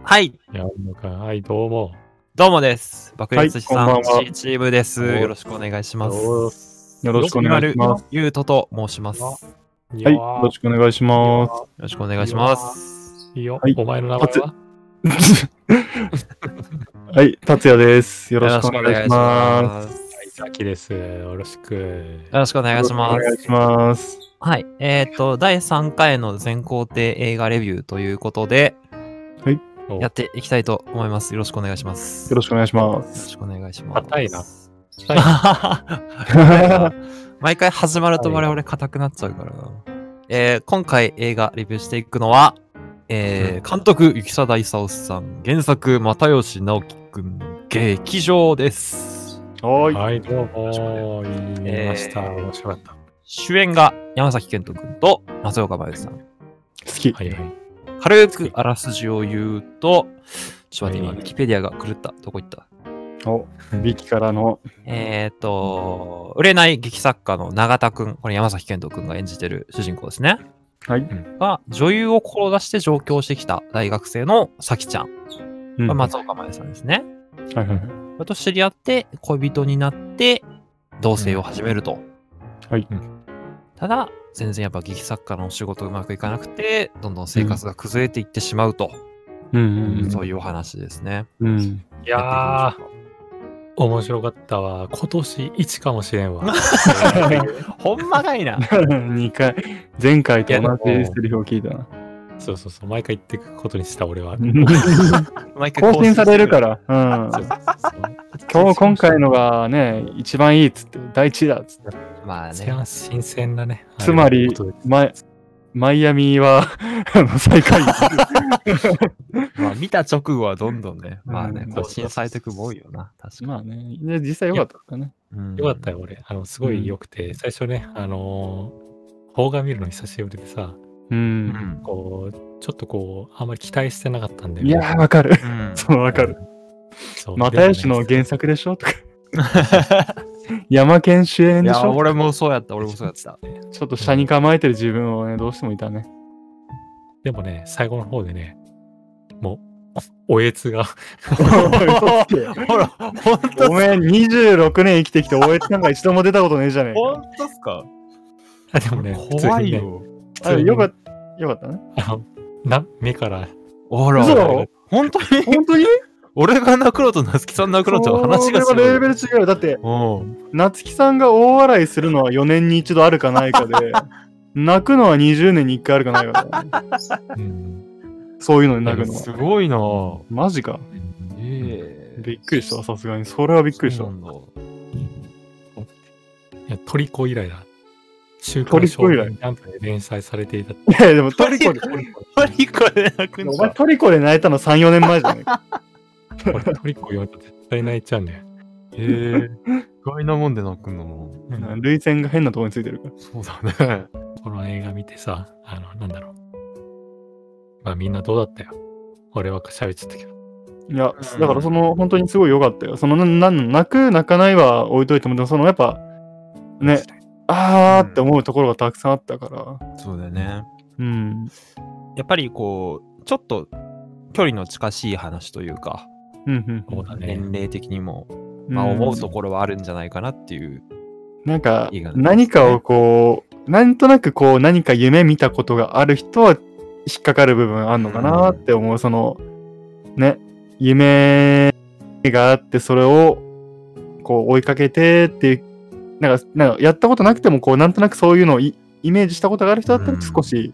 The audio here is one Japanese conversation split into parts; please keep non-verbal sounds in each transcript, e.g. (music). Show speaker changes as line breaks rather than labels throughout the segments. はい、
やるのか。はい、どうも。
どうもです。爆裂寿司さん、
はいこんばんは
C チームです。
お
よろしくお願いします。。
お
よろしくお願いします
ゆうとと申します。よ
い
はい、よろしくお願いしま
ろしくお願いします。。
いいよ
はい。
お前の名前は
す。 (laughs) はい、達也です。よろしくお願いします
さきです。よろしく。
よろしくお願い
す。
しま
お願
す。
いします。
はい。えっ、と、第3回の全工程映画レビューということで、
お
やっていきたいと思います。よろしくお願いします。
よろしくお願いし (laughs) ま
よろ
す。
しくお願いします。
硬いな。
(laughs) 毎回始まると我々硬くなっちゃうからな。えー今回映画レビューしていくのは、えー監督、雪貞勲さん、原作、又吉直樹くんの劇場です。
はい、
はい、どうも。見ました。
えー
面白かった。
主演が山崎賢人くんと松岡真優さん。
好き。
はいはい。
軽くあらすじを言うと、ちょっと待って、今、
は
ウ
い
ィキペディアが狂った。どこ行った
お、ビキからの。
えっ、と、売れない劇作家の永田くん、これ山崎賢人くんが演じてる主人公ですね。
はい。
が女優を志して上京してきた大学生の咲ちゃん、
うん
が
はい
松岡真優さんですね。
はいはい。
それと知り合って恋人になって同棲を始めると。
はい
ただ、全然やっぱ劇作家のお仕事うまくいかなくて、どんどん生活が崩れていってしまうと、
うん
そういうお話ですね。
うん。うん。
いや
やっ
ー
ていきましょう
面白かったわ。今年一かもしれんわ。
(laughs)
かほんまがいな。
二回、前回と同じセリフを聞いたな。
そうそうそう。毎回言ってくことにした俺は。
毎回
更新されるから。。
そううんそうそう
今日、今回のがね、一番いいっつって、第一だっつって。
まあ
一
ね。
番新鮮だね。
つまり
あれのことです
マイマイアミは、 (laughs) あの、最下位。
まあ見た直後はどんどんね、まあね
う、ん
更新されてくも多いよな。確かに。
まあね、で実際良かったからね。
うん
よかったよ、俺。あの、すごい良くて、最初ね、あのー、邦画見るの久しぶりでさ、
う
う。
んん。
こう、ちょっとこう、あんまり期待してなかったんだよ
い
ね。
やー、わかる。 (laughs)
うん
そう、わかる。
そう。
又吉の原作でしょとか。山県主演
い
でし
や、
ょ
俺もそうやった、俺もそうやっ
(laughs)
た。
ちょっと下に構えてる自分をね、どうしてもいた (laughs) ね。
でもね。でもね、最後の方でね、もう、おえつが、 (laughs)
ほら、ほんと
おめえ26年生きてきて、おえつなんか一度も出たことねえじゃねえ
ほ
か。
んとっすか
あでもね、
怖い
普通にね。
よ。
普
あ
通に
よかった。よかったね。
あのな、目から、
あら、
嘘
ほんとに
本当に
俺がナクロとナスキさんナクロと話がす
それはレベ
る。
ル違うよ。だって、
うん。
夏木さんが大笑いするのは4年に一度あるかないか (laughs) で、泣くのは20年に1回あるかないかだよ
うん、
そういうのに泣くの
す
は。
ごいな
マジか。
ええ。
びっくりしたわ、さすがに。それはびっくりした
そう
わ。
なんだ
いや、トリコ以来だ。週
ト
刊
リ
少
コ以来
年ジャンプで連載されていた。
いや、でもトリコで、
トリコで泣くん
お前
だ。
トリコで泣いたの3、4年前じゃな
(laughs)
いか。 (laughs)
俺、トリコ読んだら絶対泣いちゃうんだよ。
ええ。意外なもんで泣くの。
うん
涙腺が変なとこについてるから。
そうだね。
この映画見てさ、あの、なんだろう。まあみんなどうだったよ。俺は喋っちゃったけど。
いや、
うん
だからその、本当にすごい良かったよ。その、ななん泣く、泣かないは置いといても、でもその、やっぱ、ね、あーって思うところがたくさんあったから。
そうだよね。
うん。
やっぱりこう、ちょっと距離の近しい話というか、
うん、
そうだね
年。齢的にも、
うん。
まあ思う
と
ところはあるんじゃないかなっていう。
なんか
いいか、な
何かをこう、なんとなくこう、何か夢見たことがある人は引っかかる部分あんのかなって思う。その、ね、夢があって、それを、こう、追いかけてっていう、なんか、なんかやったことなくても、こう、なんとなくそういうのをイイメージしたことがある人だった
う
ら
ん
少し、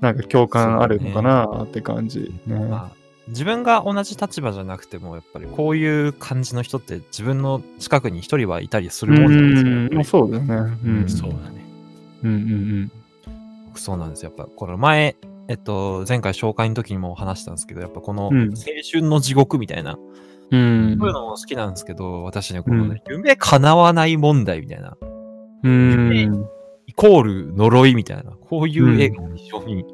なんか共感あるのかなって感じ。ね
まあ、自分が同じ立場じゃなくても、やっぱりこういう感じの人って自分の近くに一人はいたりす
う
るもんじゃないですかやっ
ん、
ぱり。
そうだよね。うん。
そうだね。
うんうん
そうなんですよ。やっぱこの前、えっと、前回紹介の時にも話したんですけど、やっぱこの青
うん
春の地獄みたいな、
うん。
そういうのも好きなんですけど、私ね、このね、夢叶わない問題みたいな、
うん。
イコール呪いみたいな、こういう映画が非常に好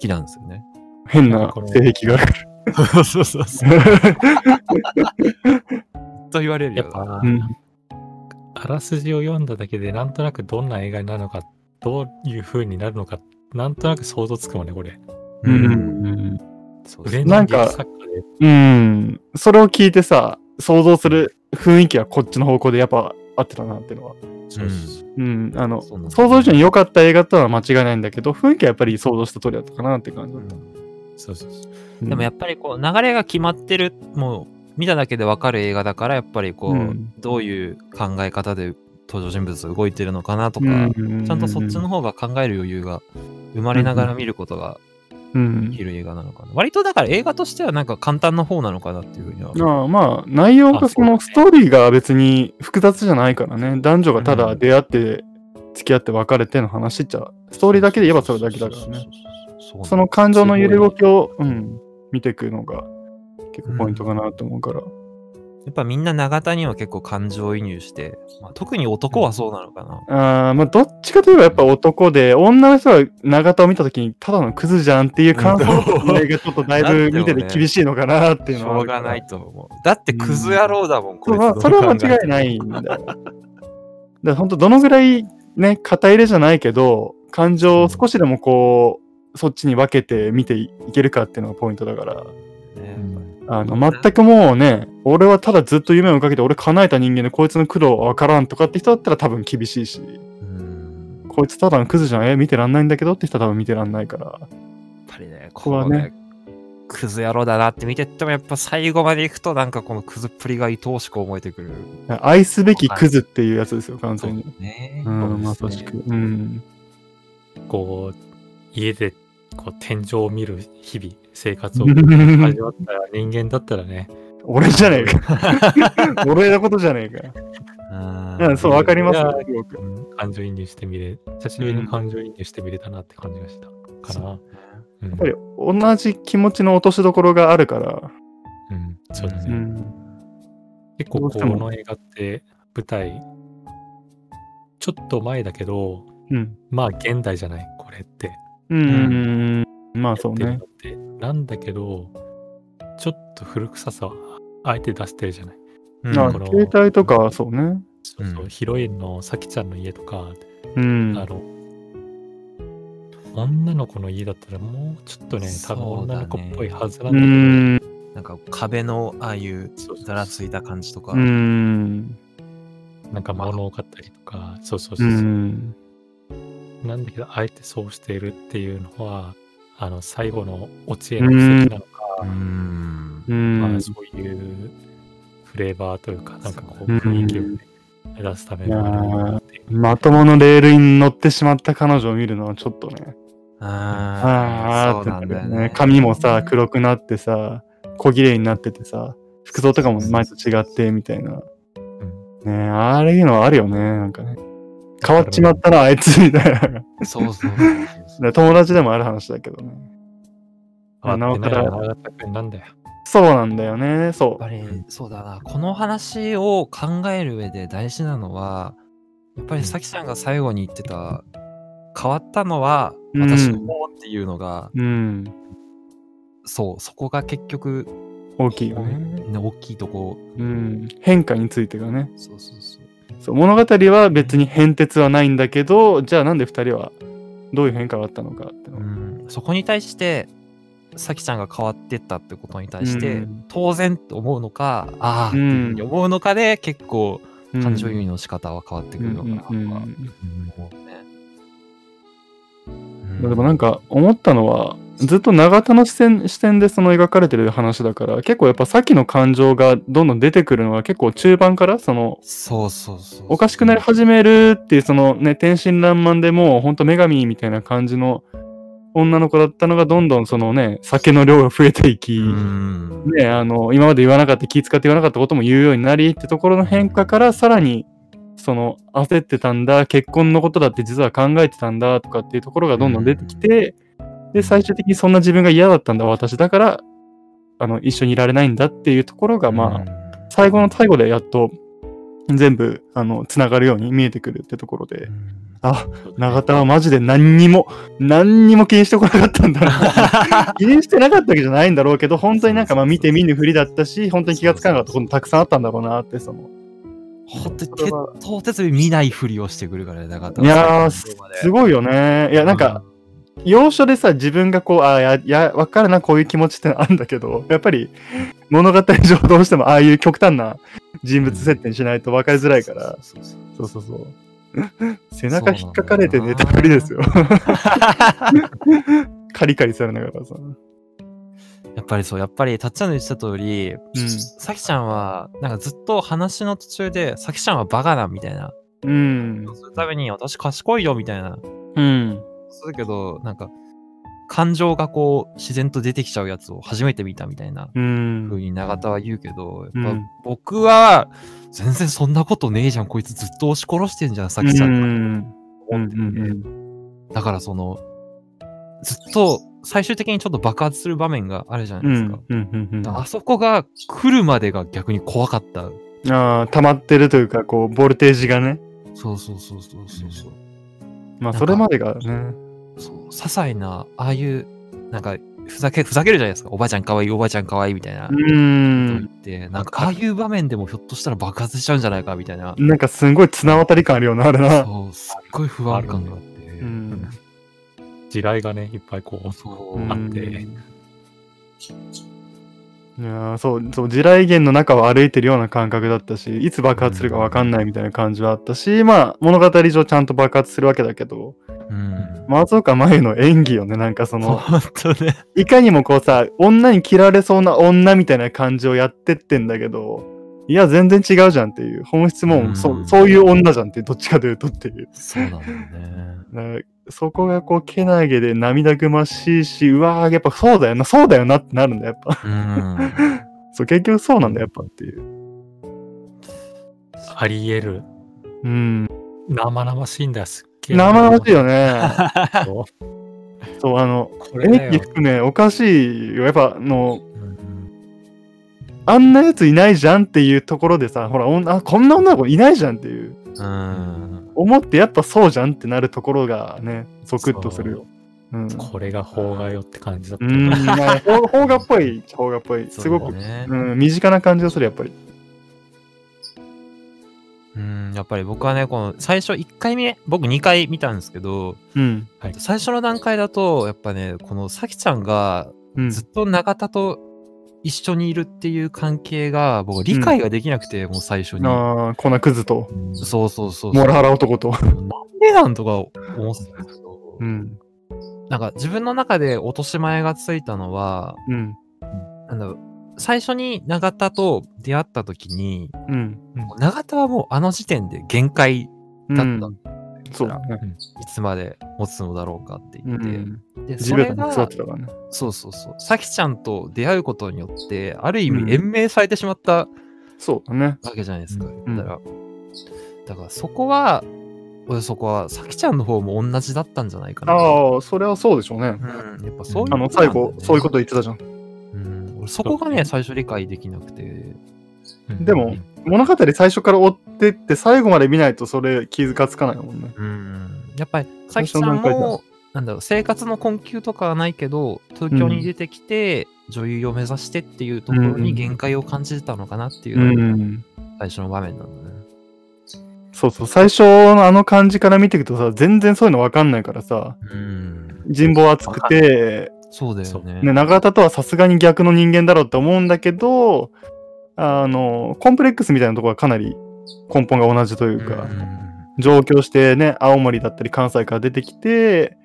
きなんですよね。
変な性癖がある。
そうそうそう。ずっと言われる
やっ
よな。
ぱ、
うん
あらすじを読んだだけで、なんとなくどんな映画になるのか、どういう風になるのか、なんとなく想像つくもんね、これ。
うんうん
そうですね。
全然
なんか
作家で
うん。それを聞いてさ、想像する雰囲気はこっちの方向でやっぱ合ってたなっていうのは。
そうそ
うん。あの、
そうなんですね
想像以上に良かった映画とは間違いないんだけど、雰囲気はやっぱり想像した通りだったかなって感じだった。
そうそうそう。
うん
でもやっぱりこう流れが決まってるもう見ただけでわかる映画だからやっぱりこう、
うん
どういう考え方で登場人物が動いてるのかなとか、
うん
ちゃんとそっちの方が考える余裕が生まれながら見ることが
うん
できる映画なのかな、割とだから映画としてはなんか簡単な方なのかなっていうふうには、
まあまあ、内容が
あ
そ
そうだ
の
ね
ストーリーが別に複雑じゃないからね。男女がただ出会って、付き合って別れての話っちゃ、ストーリーだけで言えばそれだけだからね。
そうなん
その感情の揺れ動きを、う
い
ん、見ていくのが結構ポイントかなと思うから。
やっぱみんな永田には結構感情移入して、まあ、特に男はそうなのかな、
あーまあ、どっちかといえばやっぱ男で、女の人は長田を見たときにただのクズじゃんっていう感想
うん
がちょっとだいぶ見てて厳しいのかなっていう
し
のは
ょ
あ
う
る
が
から。
ないと思うだってクズ野郎だもん、こ
そう
れ
まあそれは間違いないんだよ。だから本当どのぐらいね、肩入れじゃないけど、感情を少しでもこう、そっちに分けて見ていけるかっていうのがポイントだから、
ね
あの、全くもうね、俺はただずっと夢を追いかけて、俺叶えた人間でこいつの苦労は分からんとかって人だったら多分厳しいし、
うん
こいつただのクズじゃん、え、見てらんないんだけどって人は多分見てらんないから。
やっぱりね、
こはね
こうねクズ野郎だなって見てっても、やっぱ最後まで行くと、なんかこのクズっぷりが愛おしく思えてくる。
愛すべきクズっていうやつですよ、完全に。
ね
う、
そうん
ま
ですね
さしく。うん。
こう、家でこう天井を見る日々、生活
(laughs)
を味わった人間だったらね。
俺じゃねえか。俺のことじゃねえか。
う
うん、そう、わかります
いや
すごく。
感情移入してみれ、久しぶりに感情移入してみれたなって感じがしたかな。うん、やっ
やっぱり同じ気持ちの落としどころがあるから、
うん、そうだ
う
う
ね。
ん、
結構
どう
こ
しても
の映画って舞台、ちょっと前だけど、
うん、
まあ現代じゃない、これって。
うん、まあそう
やっ
ね。
てるのってなんだけど、ちょっと古臭さをあえて出してるじゃない。
うん
あ
この
携帯とかはそうね。
そうそう
うん
ヒロインのさきちゃんの家とか、
うん、
あの、女の子の家だったらもうちょっとね、多分
そうだ
女
ね
の子っぽいはずな
うん
だ
ん、
なんか壁のああいう
けど、そうそうそう
ざらついた感じとか、
うん、
なんか物多かったりとか、そうそう
う
そうそう、
ん、
なんだけど、あえてそうしているっていうのは、あの、最後のお知恵の奇跡なのか、
うん
うん
まあ、、そういうフレーバーというか、なんかこう、
うん
雰囲気をね、出すためのあれだなっていう
まとものレールに乗ってしまった彼女を見るのはちょっとね、
ああ、
あ
そ
あ
う
ー
な
って
ん
な
だ
る
よ
ね
ね。。
髪もさ、黒くなってさ、小綺麗になっててさ、服装とかも前と違ってみたいな。
ん
ねえあれいうのはあるよね、なんかね。変わっちまったな、あいつみたいな。
そうそうそうそう。
で友達でもある話だけどね。
あ、
あ
な
な
お
お
か
からら
長田君なんだよ。
そうなんだよね。そ
やっぱりそうだなこの話を考える上で大事なのはやっぱりさきさんが最後に言ってた変わったのは
うん
私の方っていうのが、
う。うん。
そうそこが結局、
大きいよね。
ね、大きいとこ
うん。変化についてがね。
そうそうそう
そう物語は別に変哲はないんだけど、じゃあなんで二人はどういう変化があったのかっての、
うんそこに対してさきちゃんが変わってったってことに対して、
うん
当然と思うのかああ、って
う
い
ん
うふうに思うのかで結構
うん
感情移入の仕方は変わってくるのかなとは
う
思
ん
う
うんう
ね
んまあでもなんか思ったのはずっと永田の視点視点でその描かれてる話だから結構やっぱさっきの感情がどんどん出てくるのは結構中盤からその
そうそうそうそう
おかしくなり始めるっていうそのね天真爛漫でもうほんと女神みたいな感じの女の子だったのがどんどんそのね酒の量が増えていき、
うん
ねあの今まで言わなかった気使って言わなかったことも言うようになりってところの変化からさらにその焦ってたんだ結婚のことだって実は考えてたんだとかっていうところがどんどん出てきて、で最終的にそんな自分が嫌だったんだ私だからあの一緒にいられないんだっていうところがまあ、最後の最後でやっと全部あのつながるように見えてくるってところで、あ永田はマジで何にも何にも気にしてこなかったんだな (laughs) 気にしてなかったわけじゃないんだろうけど本当になんかまあ見て見ぬふりだったし本当に気がつかなかったこともたくさんあったんだろうなってその
ほんとに
それは
鉄頭鉄尾見ないふりをしてくるからね、だから。
いや
最後の
ー
最後まです
ごいよねいやなんか、要所でさ自分がこうあーいやいや分かるなこういう気持ちってのあるんだけどやっぱり物語上どうしてもああいう極端な人物設定にしないと分かりづらいから、
そうそうそう
そうそうそう背中引っかかれて寝たふりですよカリカリされながらさ、うん、
やっぱりそう、やっぱり、たっちゃんの言ってた通り、さきちゃんは、なんかずっと話の途中で、さきちゃんはバカだみたいな。
うん
そうするために、私賢いよみたいな。
うん
するけど、なんか、感情がこう、自然と出てきちゃうやつを初めて見たみたいな
うん
風に永田は言うけど、
うん
やっぱ僕は、全然そんなことねえじゃん、こいつずっと押し殺してんじゃん、さきちゃ。
うんんうんうん
だからその、ずっと、最終的にちょっと爆発する場面があるじゃな
う
い
ん
ですか。
うんうんうん
あそこが来るまでが逆に怖かった。
ああ溜まってるというかこうボルテージがね
そうそうそうそうそうそう。な
まあ
んか
それまでがね
そう些細な、ああいう、なんか、ふざけ、ふざけるじゃないですか。おばあちゃんかわいい、おばあちゃんかわいいみたいな。
う
と言
ん
って、なんか、ああいう場面でもひょっとしたら爆発しちゃうんじゃないかみたいな。
なんかすごい綱渡り感あるよなあれな
そう、すっごい不安感があって。
うん
地雷がね、いっぱいこう、
そうう。
あ
あ
っ
ん
て、
いやーそうそう地雷原の中を歩いてるような感覚だったしいつ爆発するか分かんないみたいな感じはあったし、まあ物語上ちゃんと爆発するわけだけど
うん。
松岡茉優の演技よねなんかそ
(laughs)
の
本当ね。
いかにもこうさ女に嫌われそうな女みたいな感じをやってってんだけどいや全然違うじゃんっていう本質もう
う
そ
ん
そういう女じゃんってどっちかというとっていう
そうなんだよね。
なんかそこがこうけなげで涙ぐましいしうわーやっぱそうだよなそうだよなってなるんだやっぱ (laughs)
うん。
そう結局そうなんだやっぱっていう
あり得る。
うん
生々しいんだよ、すっげえ。
生々しいよね
そう。
そう、あの、
(laughs) これだ
演技
よ。
含めおかしいよ。やっぱ、あの、
うん
あんなやついないじゃんっていうところでさ、ほら、女あこんな女の子いないじゃんっていう、
うん。
思ってやっぱそうじゃんってなるところがね、ゾクッとするよ。うん。
これが邦画よって感じだっ
う
た。
ん、まあ、ほう邦画っぽい、邦画っぽい。すご
そう
く、
だね
うん、身近な感じがする、やっぱり。
うん、やっぱり僕はね、この最初1回目、僕2回見たんですけど、
うん。
はい
最初の段階だと、やっぱね、このさきちゃんが
うん。
ずっと永田と一緒にいるっていう関係が、僕理解ができなくて、もう最初に。
ああ、粉くずと、
そうそうそうそう。
モラハラ男と。
なんでなんとか思ってたんですけど
う、ん。
なんか自分の中で落とし前がついたのは、
うん。
なんだろう最初に永田と出会った時に、
うん。
永田はもうあの時点で限界
うん
だった。
そうだね。
いつまで持つのだろうかって
う
言って、
ん。
で
地
そ
べ
れ
たに
が
座ってたからね。
そうそうそうさきちゃんと出会うことによってある意
うん
味延命されてしまった
そうだね。
わけじゃないですか、
うん
だからだからそこは俺そこはさきちゃんの方も同じだったんじゃないかな
ああ、それはそうでしょうね。
うん、やっぱそういうことな
あ
ん
の、
だ
最
よね
後、そういうこと言ってたじゃん。
うん、俺そこがね最初理解できなくて
うん
でも、物語最初から追ってって最後まで見ないとそれ気づかつかないもんね。
うんやっぱりさ
最
き
初
ちゃ
の
ん
段階だ
もなんだろう生活の困窮とかはないけど東京に出てきて、女優を目指してっていうところ
うんう
に
ん
限界を感じてたのかなっていうのが
ん。
最初の場面なんだね。
そうそう、最初のあの感じから見ていくとさ、全然そういうのわかんないからさ、
うん、
人望厚くて、
そうだ
そ
よ
うね
ね。
ね、長田とはさすがに逆の人間だろうって思うんだけど、あの、コンプレックスみたいなところはかなり根本が同じというか、
うん
上京してね、青森だったり関西から出てきて、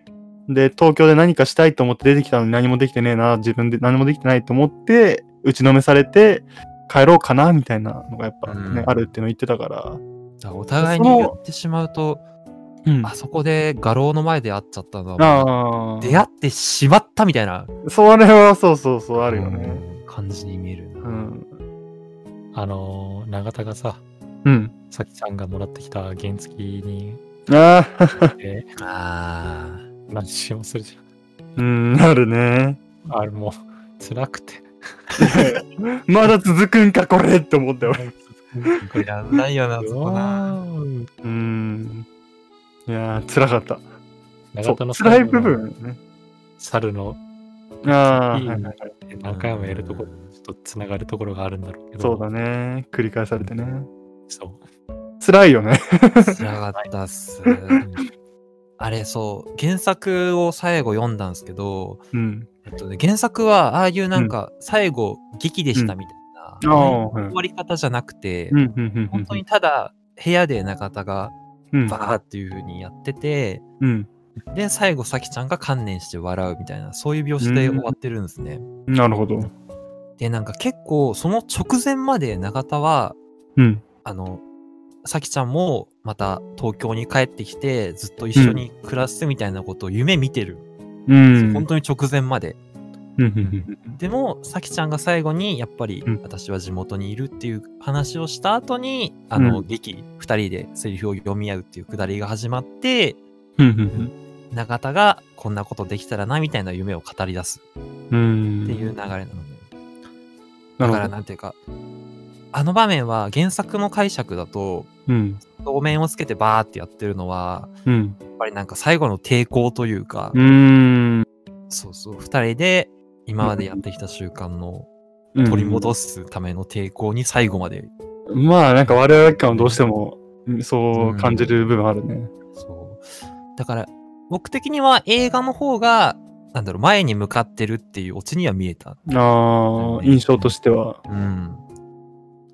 で、東京で何かしたいと思って出てきたのに何もできてねえな、自分で何もできてないと思って、打ちのめされて、帰ろうかな、みたいなのがやっぱね、
うん
あるっていうの言ってたから、
だからお互いに言ってしまうと、
うん
あそこで画廊の前で会っちゃったのは、
ああ、
出会ってしまったみたいな、
それはそうそうそう、あるよね。
うん感じに見えるな。
うん。
あのー、永田がさ、
うん。
さきちゃんがもらってきた原付に、
ああ、 (laughs)
え
ああ、
ー、何しもするじ
うん、あるね。
ゃん。あれもう、辛
(laughs)
くて。
まだ続くんか、これって思ったよ。
これやんないよな、そこな。
うん
うん。いやー、辛かった。そ
長田
う、
の
辛い部
最後の
分ね。
猿の
ああ、
いい
はい
何回もやるところ、ちょっとつながるところがあるんだろうけど。
そうだね。繰り返されてね。
そう
辛いよね。
辛かったっす。あれそう原作を最後読んだんですけど、
うん。
えっとね、原作はああいうなんか最後劇でしたみたい
あ
な、
あ、はい。
終わり方じゃなくて、
うん、うん、うん。
本当にただ部屋で中田が
うん、
バーっていう風にやってて、
うん。
で最後咲ちゃんが観念して笑うみたいなそういう描写で終わってるんですね。
なるほど。
でなんか結構その直前まで永田は
うん。
あの咲ちゃんもまた東京に帰ってきてずっと一緒に暮らすみたいなことを夢見てる、
うん。
本当に直前まで
うん、うん、
でも咲ちゃんが最後にやっぱり
うん
私は地元にいるっていう話をした後にあの、
うん
劇2人でセリフを読み合うっていうくだりが始まって
うん。うん、
永田がこんなことできたらなみたいな夢を語り出す
うん。
っていう流れなので、だ
なる
か
ほ
ら
ど。
なんていうかあの場面は原作の解釈だと
うん。
お面をつけてバーってやってるのは
うん。
やっぱりなんか最後の抵抗というか、
うん。
そうそう2人で今までやってきた習慣の取り戻すための抵抗に最後まで、
まあなんか我々感はどうしてもうんそう感じる部分あるね。
そうだから僕的には映画の方がなんだろう前に向かってるっていうオチには見えた、
ああ、印象としては。
うん、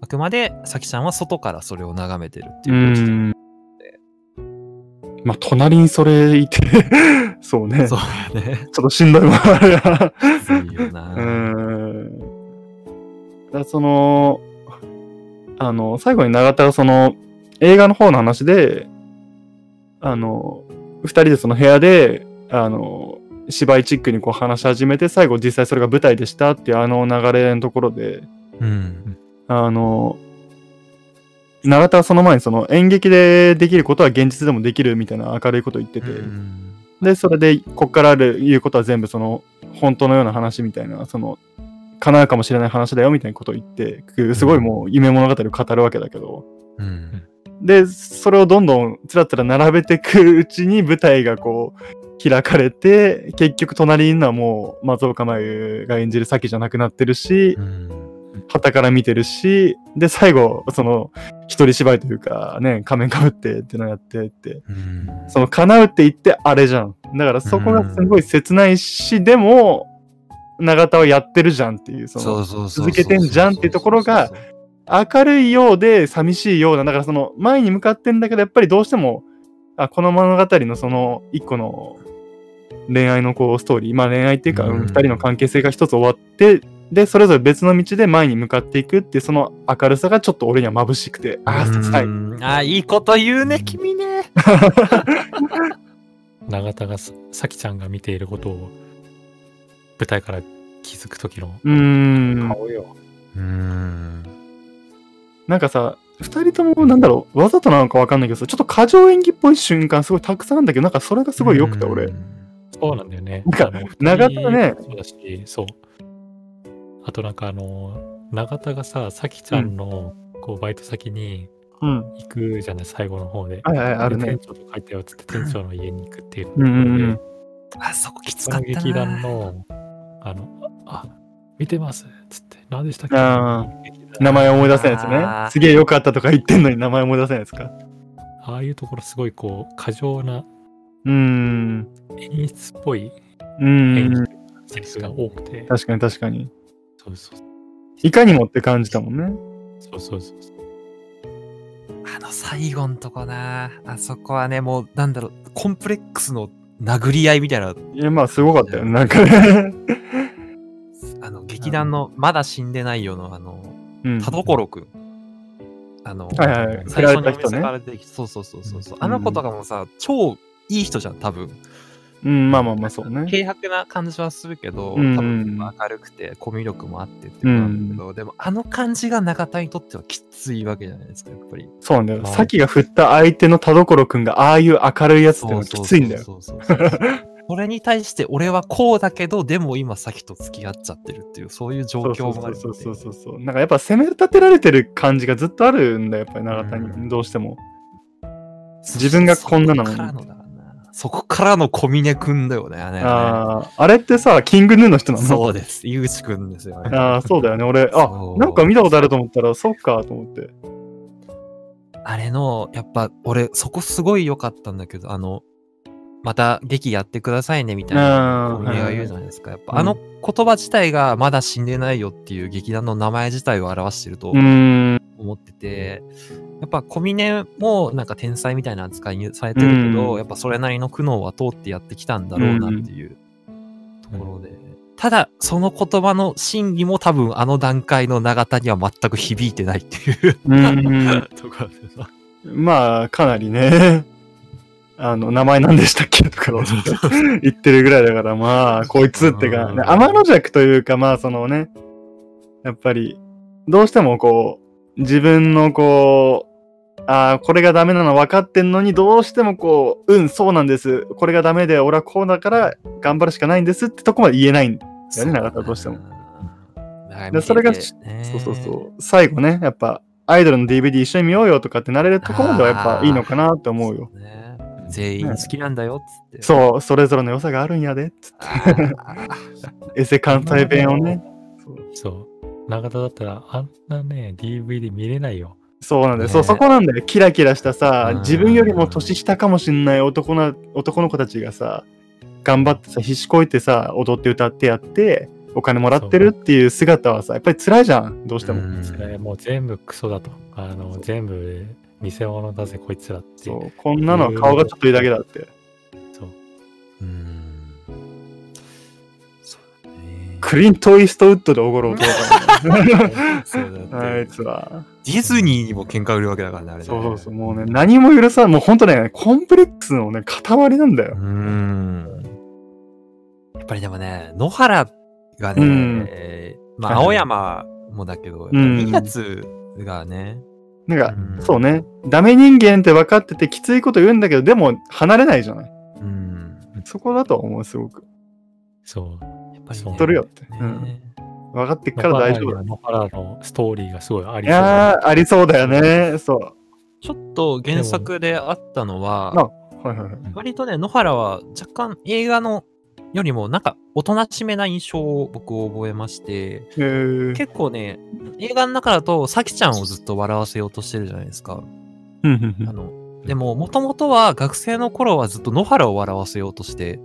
あくまでさきちゃんは外からそれを眺めてるって
う
いうオチで
ん。まあ隣にそれいて、 (laughs) そうね。ち
そ
ょ
うだね
っとしんどいもんあるな。
そういうよな、
(laughs) うーん。だからその、あの、最後に永田がその、映画の方の話で、あの、二人でその部屋で、あの、芝居チックにこう話し始めて、最後実際それが舞台でしたっていうあの流れのところで、
うん
あの、永田はその前にその演劇でできることは現実でもできるみたいな明るいことを言ってて、
うん
で、それで、こっからある言うことは全部その、本当のような話みたいな、その、叶うかもしれない話だよみたいなことを言って、くすごいもう夢物語を語るわけだけど、
うん
で、それをどんどんつらつら並べてくうちに舞台がこう、開かれて、結局隣にいるのはもう松岡真優が演じる先じゃなくなってるし
う、ん
旗から見てるし、で、最後、その、一人芝居というか、ね、仮面かぶってっていうのをやってって、
うん
その叶うって言ってあれじゃん。だからそこがすごい切ないし、でも、永田はやってるじゃんっていう、そ
そ
の
うそうそうそう
続けてんじゃんっていうところが明るいようで寂しいような、だからその前に向かってんだけど、やっぱりどうしても、あこの物語のその一個の恋愛のこうストーリー、まあ恋愛っていうか、
うん
二人の関係性が一つ終わって、で、それぞれ別の道で前に向かっていくっていう、その明るさがちょっと俺には眩しくて、ああ、切ない。
うんあーいいこと言うね、君ね。
永田がささきちゃんが見ていることを舞台から気づく時の
うーん。
顔よ、
うん。
なんかさ、二人とも、なんだろう、わざとなのかわかんないけどさ、ちょっと過剰演技っぽい瞬間、すごいたくさんあるんだけど、なんかそれがすごい良くて、俺。
そうなんだよね
な
あ
んか
の
永田ね
二人もそうだしそうあとなんかあの永田がささきちゃんのこうバイト先に
うん。
行くじゃない、最後の方で、
はいはい、あるね
店。長と書いてよっつって店長の家に行くっていう
うんうんう
で
ん。
あそこきつ
そ
か
の
ったな。
劇団の、あの、あ、見てますっつって、何でしたっけ
あ
劇団
名前思い出せないやつ
あ
ね
ー。
すげえ良かったとか言ってんのに名前思い出せないやつか。
ああいうところすごいこう、過剰な
うーん。
演出っぽい
うん
演
う
技とい
ん。
うか、セリフが多くて、
確かに確かに。
そうそう
いかにもって感じたもんね。
そうそうそうそう。
あの最後のとこな。あそこはね、もう、なんだろう、コンプレックスの殴り合いみたいな、
いや、まあ、すごかったよね。なんかね。
あの、劇団の、まだ死んでないよの、あの、
うん。
田所くん。あの、
はいはいはい。振
最
ら
初
れ
に
た
お
人
店か
ね。
ら出てきて、そうそうそうそうそう
う。ん
あの子とかもさ、超いい人じゃん、多分。
うん、まあまあまあ、そうね。
軽薄な感じはするけど、多
う
分
ん
明るくて、コミュ力もあってっていうことなんだけど、でもあの感じが中田にとってはきついわけじゃないですか、やっぱり。
そうなんだよ。
まあ
さきが振った相手の田所くんが、ああいう明るいやつってのがきついんだよ。
そうそうそうそうそうそれに対して俺はこうだけど、でも今さっきと付き合っちゃってるっていう、そういう状況もあるよね。
そうそうそうそうそうなんかやっぱ攻め立てられてる感じがずっとあるんだよやっぱり永田に、
うん
どうしても自分がこんなの
そこからのだからなそこからの小峰くんだよね。あれね
あーあれってさキングヌーの人なの
そうです。井口くんですよ。あれ
あーそうだよね俺あ
そう
なんか見たことあると思ったらそっかと思って
あれの、やっぱ俺、そこすごい良かったんだけど、あの、また劇やってくださいねみたいな
うん
小峰が言うじゃないですか。やっ
うん
ぱあの言葉自体がまだ死んでないよっていう劇団の名前自体を表してると
うーん。
思ってて、やっぱ小峰もなんか天才みたいな扱いにされてるけど、
うん
やっぱそれなりの苦悩は通ってやってきたんだろうなっていうところで。ただ、その言葉の真偽も多分あの段階の永田には全く響いてないっていう
うーん
ところでさ。
まあ、かなりね。 (laughs) あの、名前何でしたっけと
(laughs)
か言ってるぐらいだから、まあ、こいつってか、
うん
天の弱というか、まあ、そのね、やっぱり、どうしてもこう、自分のこう、ああ、これがダメなの分かってんのに、どうしてもこう、うん、そうなんです。これがダメで、俺はこうだから、頑張るしかないんですってとこまで言えないんだよね、永田どうしても。
も
でそれがそ
そう
そうそう。最後ね、やっぱ、アイドルの DVD 一緒に見ようよとかってなれるところまではやっぱいいのかなって思うよ。
そうね。全員好きなんだよっつって。う。
そう、それぞれの良さがあるんやで、つって。エセ関西弁をね。
そう。長田だったら、あんなね、DVD 見れないよ。
そうなんだよ。
ね
そう、そこなんだよ。キラキラした
う
さ
ん、
自分よりも年下かもしんない男な男の子たちがさ、頑張ってさ、必死こいてさ、踊って歌ってやって、お金もらってるっていう姿はさ、やっぱり辛いじゃん、どうしても。
うん
それもう全部クソだと。あの、全部偽物だぜ、こいつらって。
そう、こんなの顔がちょっといいだけだって。
そう
うん。そうだね。
クリント・イーストウッドでおごろうと思ったの
そうだって (laughs)
(laughs) あいつは。
ディズニーにも喧嘩売るわけだからね、あれね
そうそうそう、もうね、何も許さん、もうほんとね、コンプレックスのね、塊なんだ
う
よ。
ん。やっぱりでもね、野原がね、
うん
えーまあ、
はいはい
青山もだけど、やっぱ
うん
りいいやつがね、
なんか、
うん
そうね、ダメ人間って分かってて、きついこと言うんだけど、でも離れないじゃない。
うん。
そこだと思う、すごく。
そう。
やっぱり
そ
ね、
う知っ
とるよって。
ね
うん、分かってっから大丈夫だ。
野原のストーリーがすごいあ
い
りそう
や
な。
ー、ありそうだよね。そ
ちょっと原作であったのは、
でもう。はいはいはい。
割とね、野原は若干映画のよりもなんかおとなしめな印象を僕覚えまして、
えー、
結構ね、映画の中だと咲ちゃんをずっと笑わせようとしてるじゃないですか。
うんうんうん
あのでも、もともとは学生の頃はずっと野原を笑わせようとして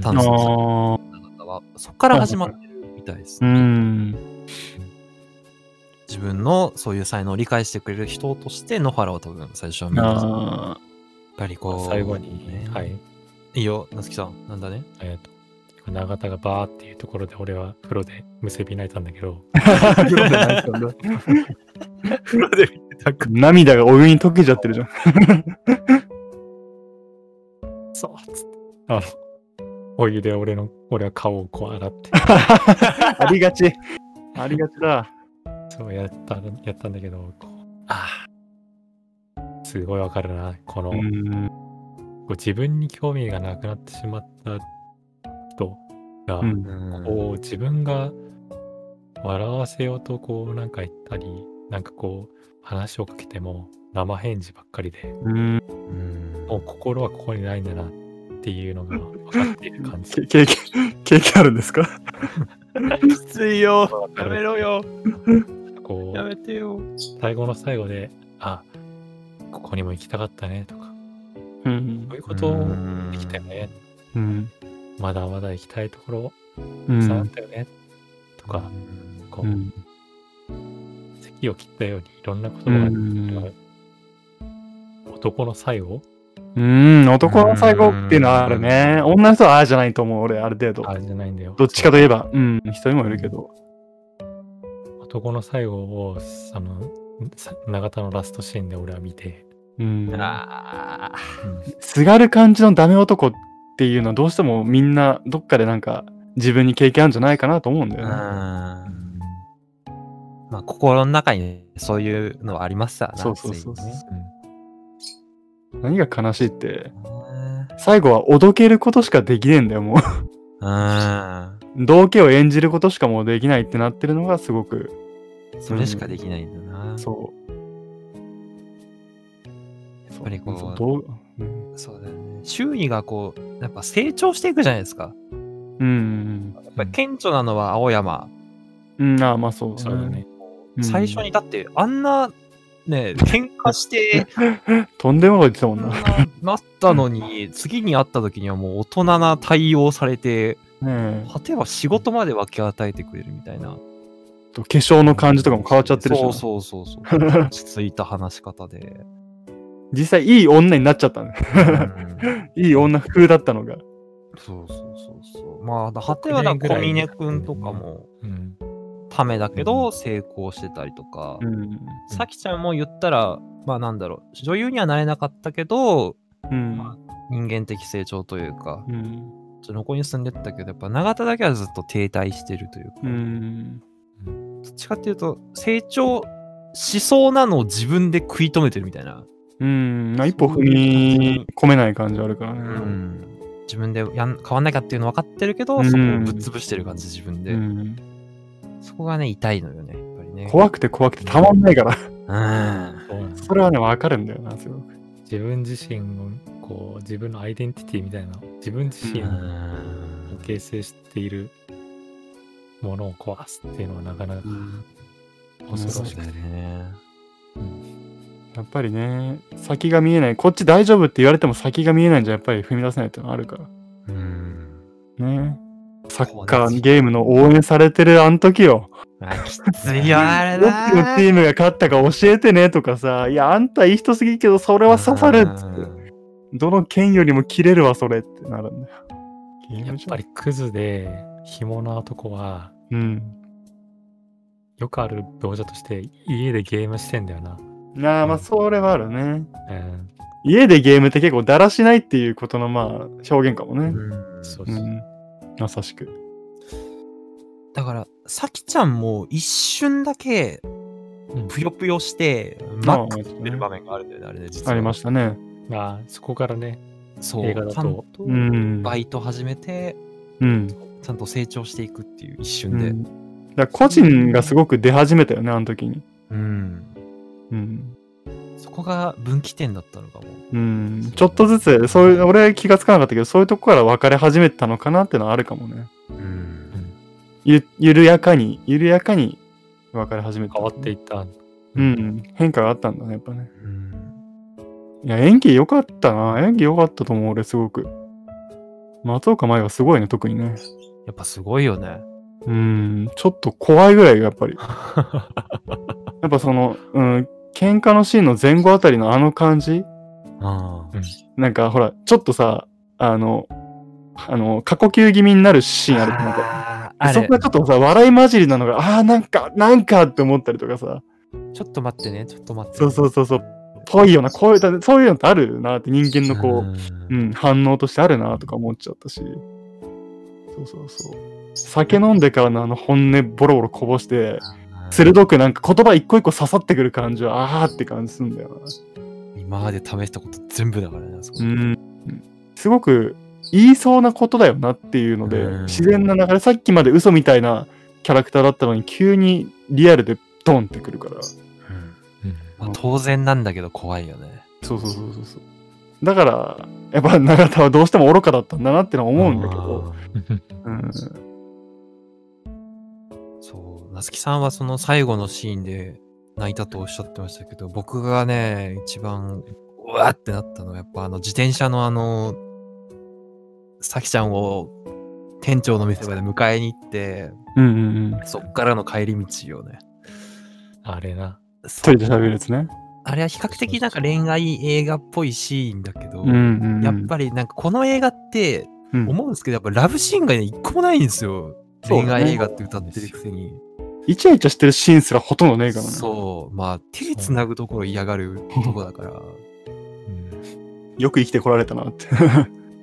たんですよ、
あー
方は。そっから始まってるみたいです
う。ん。
自分のそういう才能を理解してくれる人として野原を多分最初は見た。やっ
あ
ぱりこう。
最後に、
ね
はい。。
いいよ、夏樹さん。なんだね。
えっ、と、永田がバーっていうところで俺は風呂でむせび泣いたんだけど、
ーよくない人だ
風呂で見てたか
涙がお湯に溶けちゃってるじゃん。
そうっつって、あの、お湯で俺の、俺は顔をこう洗って、
ありがち。ありがちだ。
そうやった、やったんだけど、こう、ああ、すごいわかるな、この、こ
ん。
う自分に興味がなくなってしまった人が、
うん
こう自分が笑わせようとこうなんか言ったりなんかこう話をかけても生返事ばっかりで
うん
うん
もう心はここにないんだなっていうのが分かっている感じ
け経験、経験あるんですか
きついよ。
わかる
ろよ。
こう
てよ。
最後の最後であここにも行きたかったねとか
うん
こういうことをできたよね
うん。
まだまだ行きたいところ
う
たくさんあっ
ん。
たよねとかこ
う。
うん席を切ったようにいろんなこと
う
が
ん。
男の最後
うん。男の最後っていうのはあるね。女の人はああじゃないと思う、俺、ある程度。
あれじゃないんだよ
どっちかといえば、うん。人にもいるけど。
男の最後をあのさ永田のラストシーンで俺は見て、
うん。
ああ。
すがる感じのダメ男っていうのはどうしてもみんなどっかでなんか自分に経験あるんじゃないかなと思うんだ
う
よ
ん。
ね。
まあ、心の中にねそういうのはありますから
そうそうそうそう
ね
何が悲しいって、
うん
最後はおどけることしかできねえんだよ、もう。
う
道化を演じることしかもうできないってなってるのがすごく、
ん。それしかできないんだな。
そう。や
っぱりこう
どう、うん
そうだよね。周囲がこう、やっぱ成長していくじゃないですか。
うん
やっぱり顕著なのは青山。
うん。うん、ああまあそう
そうだね、
最初に、だって、あんなね、喧嘩して
とんでもないこと言ってたもん
なったのに、次に会った時にはもう大人な対応されて、
な。ねえ。
果ては仕事まで分け与えてくれるみたいな。
と化粧の感じとかも変わっちゃってるしな、
そうそうそう
(laughs)
そう。落ち着いた話し方で。
実際いい女になっちゃったね。
うん
(laughs) いい女風だったのが。
そうそうそうそう。まあ、果てはだから小峰君とかも
うん。
ためだけど成功してたりとか、
うん。
さきちゃんも言ったら、まあなんだろう、女優にはなれなかったけど、
うん。
人間的成長というか、
うん。
ちょっと横に進んでったけど、やっぱ永田だけはずっと停滞してるというか、
うん。
どっちかっていうと、成長しそうなのを自分で食い止めてるみたいな。
うん。まあ一歩踏み込めない感じあるからね。
うん自分でやん変わんなきゃっていうの分かってるけど、
うん
そこをぶっ潰してる感じ、自分で、
うん
そこがね、痛いのよね、やっぱりね。
怖くて怖くてたまんないから。 (laughs)
うん。
そうなんだ
それはね、わかるんだよな、すごく。
自分自身のこう自分のアイデンティティみたいな自分自身
う
を
ん
形成しているものを壊すっていうのはなかなか恐
そ
ろ
う
しく
だ
て、
よね。
やっぱりね、先が見えない。こっち大丈夫って言われても先が見えないんじゃ、やっぱり踏み出せないってのはあるから。
うん。
ね。サッカー、ゲームの応援されてるあの時よ。
あきついよ、あれ
どっちのチームが勝ったか教えてねとかさ、いや、あんたいい人すぎるけど、それは刺さるっつって。どの剣よりも切れるわ、それってなるんだよ。ゲー
やっ
ムじゃん
ぱり。クズで紐な男は
うん。
よくある描写として家でゲームしてんだよな、
なあ、まあ、それはあるね。
うん、
家でゲームって結構だらしないっていうことの、まあ、表現かも
う
ね。
ん
そうそう
う。
ん
まさしく。
だから、さきちゃんも一瞬だけ
うん、
ぷよぷよして、マックってる場面があるんだよね、あれね、実は。
ありましたね。
あーそこからね
そう、
映画だと
ちゃんと
うん。
バイト始めて、
うん。
ちゃんと成長していくっていう一瞬
う
で。
んだから個人がすごく出始めたよね、あの時に。
うん。
うん。
そこが分岐点だったのかも。
うん。ちょっとずつ、そういう、俺気がつかなかったけど、そういうとこから分かれ始めたのかなってのはあるかもね。
うん。
ゆ、緩やかに、緩やかに分かれ始めた。
変わっていった
うん。変化があったんだね、やっぱね。
うん。
いや、演技良かったな。演技良かったと思う、俺、すごく。松岡前はすごいね、特にね。
やっぱすごいよね。
うん。ちょっと怖いぐらい、やっ
(laughs)
ぱり。やっぱその、うん。喧嘩のシーンの前後あたりのあの感じ
ああ。
なんかほら、ちょっとさ、あの、あの、過呼吸気味になるシーンあるなんか。
あ
そこがちょっとさ、笑い混じりなのが、ああー、なんか、なんかって思ったりとかさ、
ちょっと待ってね、ちょっと待って。
そうそうそうそう、ぽいよな、こういうだ、そういうのってあるなって人間のこう、
う。
うんん、反応としてあるなとか思っちゃったし、そうそうそう。酒飲んでからのあの本音ボロボロこぼして、鋭くなんか言葉一個一個刺さってくる感じは、あーって感じすんだよな。
今まで試したこと全部だからね、あそこ
うん、すごく言いそうなことだよなっていうので、
うん
自然な流れさっきまで嘘みたいなキャラクターだったのに急にリアルでドンってくるから
うん
うん
まあ当然なんだけど怖いよね。
そうそうそうそうそうだからやっぱ永田はどうしても愚かだったんだなってのは思うんだけど、うん、
あー。そう。夏木さんはその最後のシーンで泣いたとおっしゃってましたけど、僕がね、一番、うわーってなったのは、やっぱあの自転車のあの、さきちゃんを店長の店まで迎えに行って、
うんうんうん
そっからの帰り道をね。
あれな
一人で喋るやつね
あれは比較的なんか恋愛映画っぽいシーンだけど、
うんうんうん
やっぱりなんかこの映画って
うん
思うんですけど、やっぱラブシーンがね、一個もないんですよ。
そうだ
恋
ね
愛映画って歌ってるくせに。
イチャイチャしてるシーンすらほとんどねえからね
そう、まあ手つなぐところ嫌がる
(laughs)
とこだから。
うん
よく生きてこられたなって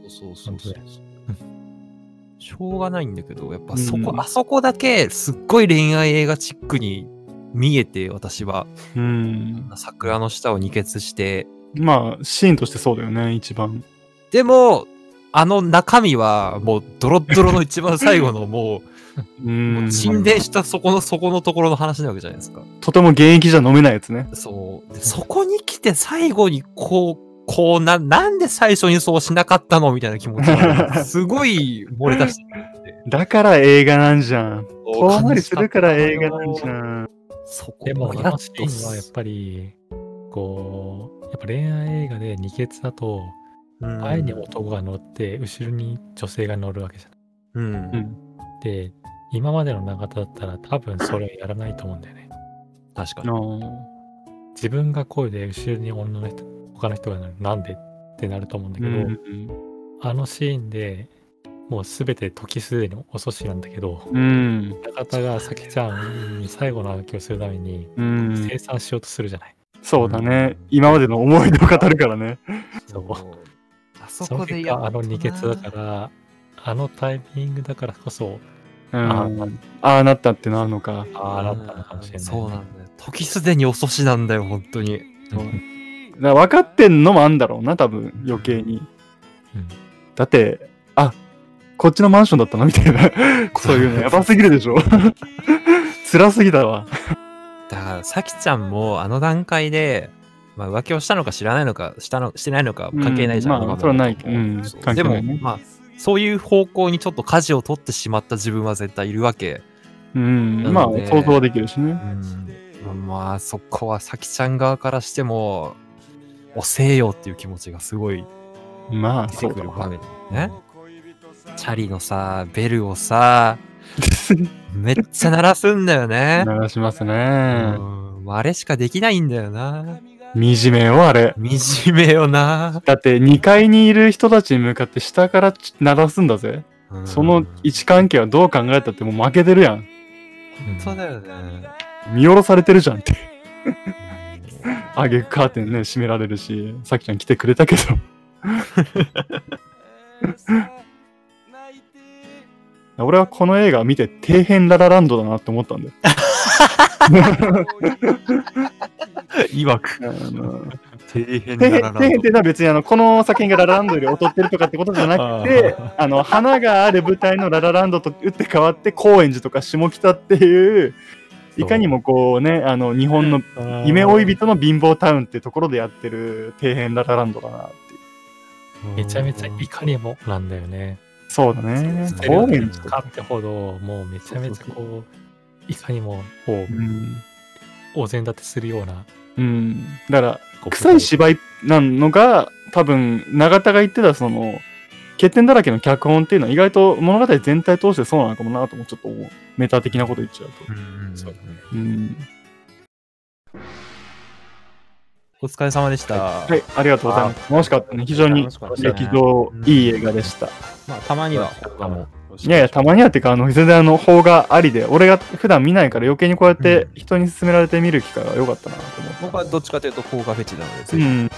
そうそ
そうう
そ
そうう。
しょうがないんだけど、やっぱそこ、
うん
あそこだけすっごい恋愛映画チックに見えて、私は。
うん
桜の下を二血して、
まあシーンとしてそうだよね一番
でも、あの中身はもうドロッドロの一番最
(laughs)
後のも
う
う、も
ん
う沈殿したそこのそこのところの話なわけじゃないですか。
とても現役じゃ飲めないやつね
そう。でそこに来て最後にこう、こうな、なんで最初にそうしなかったのみたいな気持ち
(laughs)
が、すごい漏れ出してくるんで
だから映画なんじゃん。
そう
遠回りするから映画なんじゃん。
そこ
で
も
も
や
あ
っ
の
と
シーンはやっぱりこうやっぱ恋愛映画で二血だと
うん
前に男が乗って後ろに女性が乗るわけじゃない
うん。
で今までの長田だったら多分それをやらないと思うんだよね
確かに。
あ
自分が声で後ろに女の人他の人が乗るなんでってなると思うんだ
ー
けど、
うん
あのシーンでもう全て時すでに遅しなんだけど
うん
中田が咲ちゃんに最後の暗記をするために
うん
生産しようとするじゃない、
そうだね今までの思い出を語るからね
そう
あそ
そ
こ
の
で
結
や
果あの二
血
血だからあのタイミングだからこそ
うん
あ
ああなったってなるのか
ああなったのかもしれない、
そうなんだよ。時すでに遅しなんだよ、本当に。
そうだから分かってんのもあんだろうな多分余計に
うん
だってあこっちのマンションだったのみたいなそういうのやばすぎるでしょ (laughs) 辛すぎだわ
だから、さきちゃんもあの段階で、まあ、浮気をしたのか知らないのかしたのしてないのか関係ないじゃん。
うんまあ
僕
それ
はも
は
う
ないけど、うん、
そう
関係
で
ない
も、
ね
まあ、そういう方向にちょっと舵を取ってしまった自分は絶対いるわけ。
うん
な
まあ
ので
想像はできるしね
うん、まあ、そこはさきちゃん側からしても、遅えよっていう気持ちがすごい
まあ
出て
そう
く
だ
る
わ
場面ね。チャリのさ、ベルをさ、めっちゃ鳴らすんだよ
(laughs)
ね。
流します
う
ね、
ん、あれしかできないんだよな。
惨めよあれ
惨めよな。
だって2階にいる人たちに向かって下からち鳴らすんだぜ、
うん
その位置関係はどう考えたってもう負けてるやん
うん
そうだよ
(laughs)
ね。
見下ろされてるじゃんってあげくカーテンね閉められるしさきちゃん来てくれたけど (laughs) 俺はこの映画を見て底辺ララランドだなって思ったんだ
(laughs)
よ
いわく。
あの
底辺
底 (laughs) 辺底辺っていうのは別にあのこの作品がララランドより劣ってるとかってことじゃな
(laughs)
くてあの花がある舞台のララランドと打って変わって高円寺とか下北っていういかにもこうねあの日本の夢追い人の貧乏タウンってところでやってる底辺ララランドだなっていう
めちゃめちゃいかにもなんだよね。
そうだね
そう
高円寺と
か
か、
ってほど、もうめちゃめちゃこう、いかにも、こ
う
う、
ん
お膳立てするような。
うん、だから
こう
臭い芝居なのが多分永田が言ってたその欠点だらけの脚本っていうのは意外と物語全体通してそうなのかもなともちょっと思うメタ的なこと言っちゃうと、
そう
うん、
お疲れ様でした。
はいありがとうございます楽しかったね非常に
楽しかったね
劇場いい映画でした、
まあ、たまには他も。
いやいやたまにはっていうかあの全然あの邦画ありで俺が普段見ないから余計にこうやって人に勧められて見る機会が良かったなと思って
僕はどっちかというと、効果フェチなので、
う
ぜひ
ん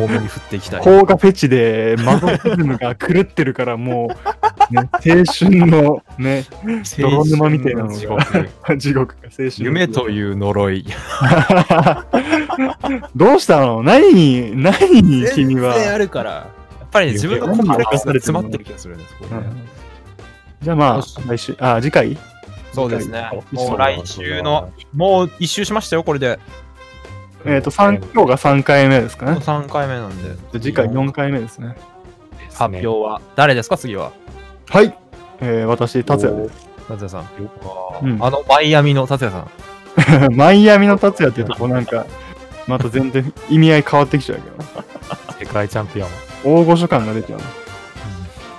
多めに振っていきたい。
邦画フェチでマゾフィズムが狂ってるからもう、ね、青春のね泥沼みたいなのが
地獄
(laughs) 地獄が青春の
夢という呪い。
(laughs) どうしたの何に何に
全
君
然
は、
あるから。やっぱり、ね、自分のコンプレックスが詰まってる気がするんです、こ
う
れね
んじゃあま
よ
あ
し
来週あ次回
そうですね。
そう
もう来週の、もう一周しましたよ、これで。
えっ、と三今日が3回目ですか
もう
ね
3回目なんで。
じゃあ次回4回目ですね
発表は、誰ですか、次は。
はい、えー、私達也で
達也さん。
うん
あの、マイアミの達也さん。
す (laughs) マイアミの達也っていうとこうなんかまた全然意味合い変わってきちゃう
世
けど
界チャンピオン。
大御所感が出ちゃう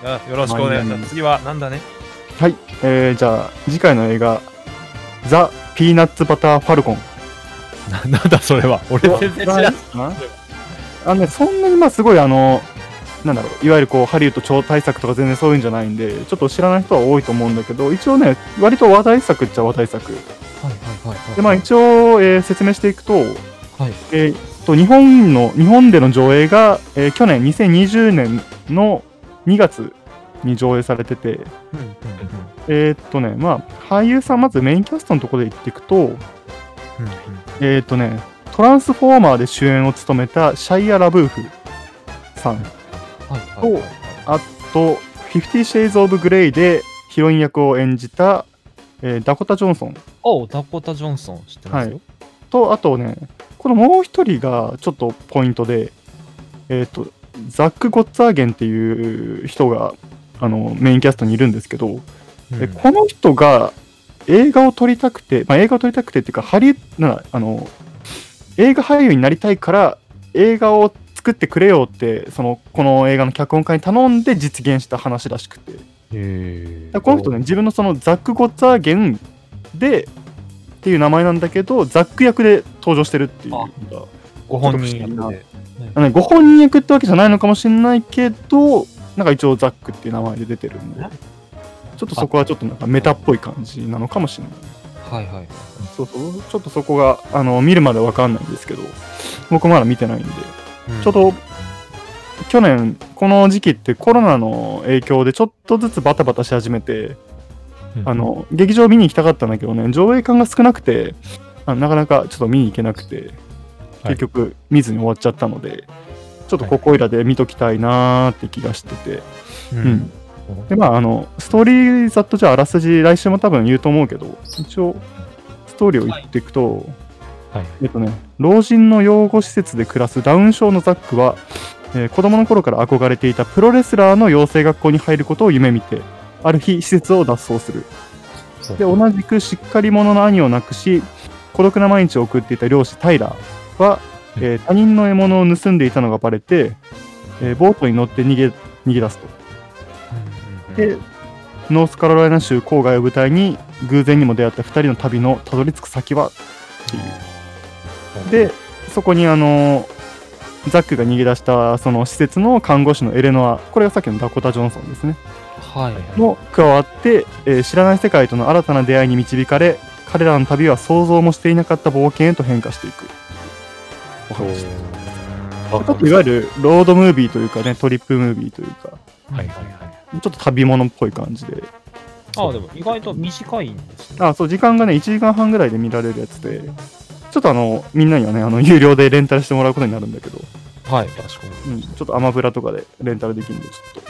あよろしくお願いし
マイア
ま
ミ
す。次は、なんだね。
はい、えー、じゃあ次回の映画「ザ・ピーナッツバター・ファルコン」
(laughs) なんだ、それは。俺全 (laughs) 然知らん。
あのね、そんなにまあすごいあのなんだろういわゆるこうハリウッド超大作とか全然そういうんじゃないんでちょっと知らない人は多いと思うんだけど一応ね割と話題作っちゃ話題作
はいはい
でまあ一応、えー説明していくと,、
はい
えーと日本の日本での上映が、えー去年2020年の2月に上映されてて
うんうん
えーっとねまあ俳優さんまずメインキャストのところで言っていくと
うんうん
えー、とね、トランスフォーマーで主演を務めたシャイア・ラブーフさん
はいはいはいはい
と、フィフティー・シェイズ・オブ・グレイでヒロイン役を演じた、えーダコタ・ジョンソン
おダコタ・ジョンソン知ってますよ。
と、あとね、このもう一人がちょっとポイントで、えー、と、ザック・ゴッツァーゲンっていう人があのメインキャストにいるんですけど、
うん
でこの人が映画を撮りたくて、まあ、映画を撮りたくてっていうかハリウッドなあの映画俳優になりたいから映画を作ってくれよってそのこの映画の脚本家に頼んで実現した話らしくてだか
へ
らこの人ね自分のそのザック・ゴッツァーゲンでっていう名前なんだけどザック役で登場してるっていうのが
ご本人なんで。
あのねご本人役ってわけじゃないのかもしれないけどなんか一応ザックっていう名前で出てるんでちょっとそこはちょっとなんかメタっぽい感じなのかもしれない
はいはい。
そうそうちょっとそこがあの見るまでわかんないんですけど僕まだ見てないんでちょっと去年この時期ってコロナの影響でちょっとずつバタバタし始めて
うん
あ、の劇場見に行きたかったんだけどね上映感が少なくてあのなかなかちょっと見に行けなくて
はい
結局見ずに終わっちゃったので、ちょっとここいらで見ときたいなーって気がしてて、
う
うんん。でまああのストーリーざっとじゃああらすじ来週も多分言うと思うけど一応ストーリーを言っていくと、
はい。
えっとね、老人の養護施設で暮らすダウン症のザックは、えー子供の頃から憧れていたプロレスラーの養成学校に入ることを夢見て、ある日、施設を脱走する。
そう
で、同じくしっかり者の兄を亡くし、孤独な毎日を送っていた漁師タイラーは、えー他人の獲物を盗んでいたのがバレて、えーボートに乗って逃げ逃げ出すと。で、ノースカロライナ州郊外を舞台に、偶然にも出会った2人の旅のたどり着く先はっていう。でそこにあのザックが逃げ出したその施設の看護師のエレノアこれがさっきのダコタ・ジョンソンですね
はいはい。
も加わって、えー知らない世界との新たな出会いに導かれ彼らの旅は想像もしていなかった冒険へと変化していくお話です
あ
ちょっといわゆるロードムービーというかねトリップムービーというか
はいはいはい。
ちょっと旅物っぽい感じで
ああ、でも意外と短いんですね。
あそう時間がね1時間半ぐらいで見られるやつでちょっとあのみんなにはねあの有料でレンタルしてもらうことになるんだけど
はい、かしこまり
うん、ちょっとアマブラとかでレンタルできるんで、ちょっと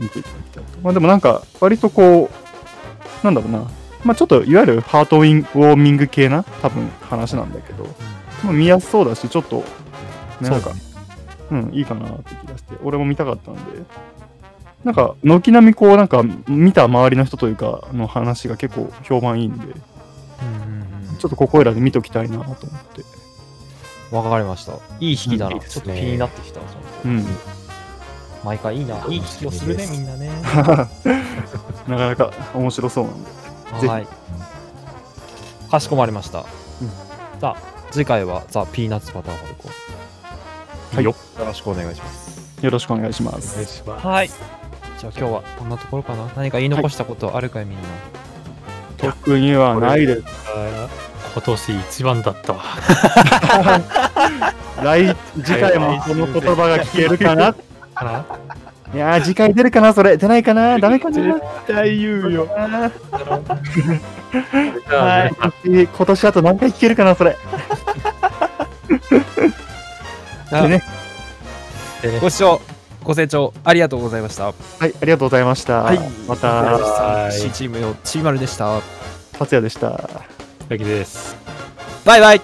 見ていただきたいと。まあでもなんか、割とこう、なんだろうな、まあちょっといわゆるハートウィンウォーミング系な、多分話なんだけど、まあ、見やすそうだし、ちょっと、ね、なんか、うん、いいかなって気がして、俺も見たかったんで、なんか、軒並みこう、なんか、見た周りの人というか、の話が結構評判いいんで、ちょっとここいらで見ときたいなと思 (laughs) って。
わかりました。いい引きだ
い
な。
いで
ち
す
ょ
ね
っと気になってきた。その
うん、
毎回いいな。いい聞きをするね、みんな
(laughs)
ね。
なかなか面白そうなんで。ひ
はい。かしこまりました。さあ、次回はザ・ピーナッツバターファルコン。
はい
よろしくお願いします。
よろしくお願いしま
お
す
願い。します。
はい。じゃあ今日はこんなところかな。何か言い残したことあるかいみんな。
特にはないです。
今年一番だったわ。 (laughs)
来次回もこの言葉が聞けるかな。
かな
いやー次回出るかなそれ出ないかなダメかな。
対言うよ。
あ
じ
ー
ゃあ皆さん
はい今年あと何回聞けるかなそれ。でね、
でね
ご視聴、ご清聴ありがとうございました。
はいありがとうございました。
はい
また
はい
C チームのチーマルでした。
達也でした。
素敵です。
バイバイ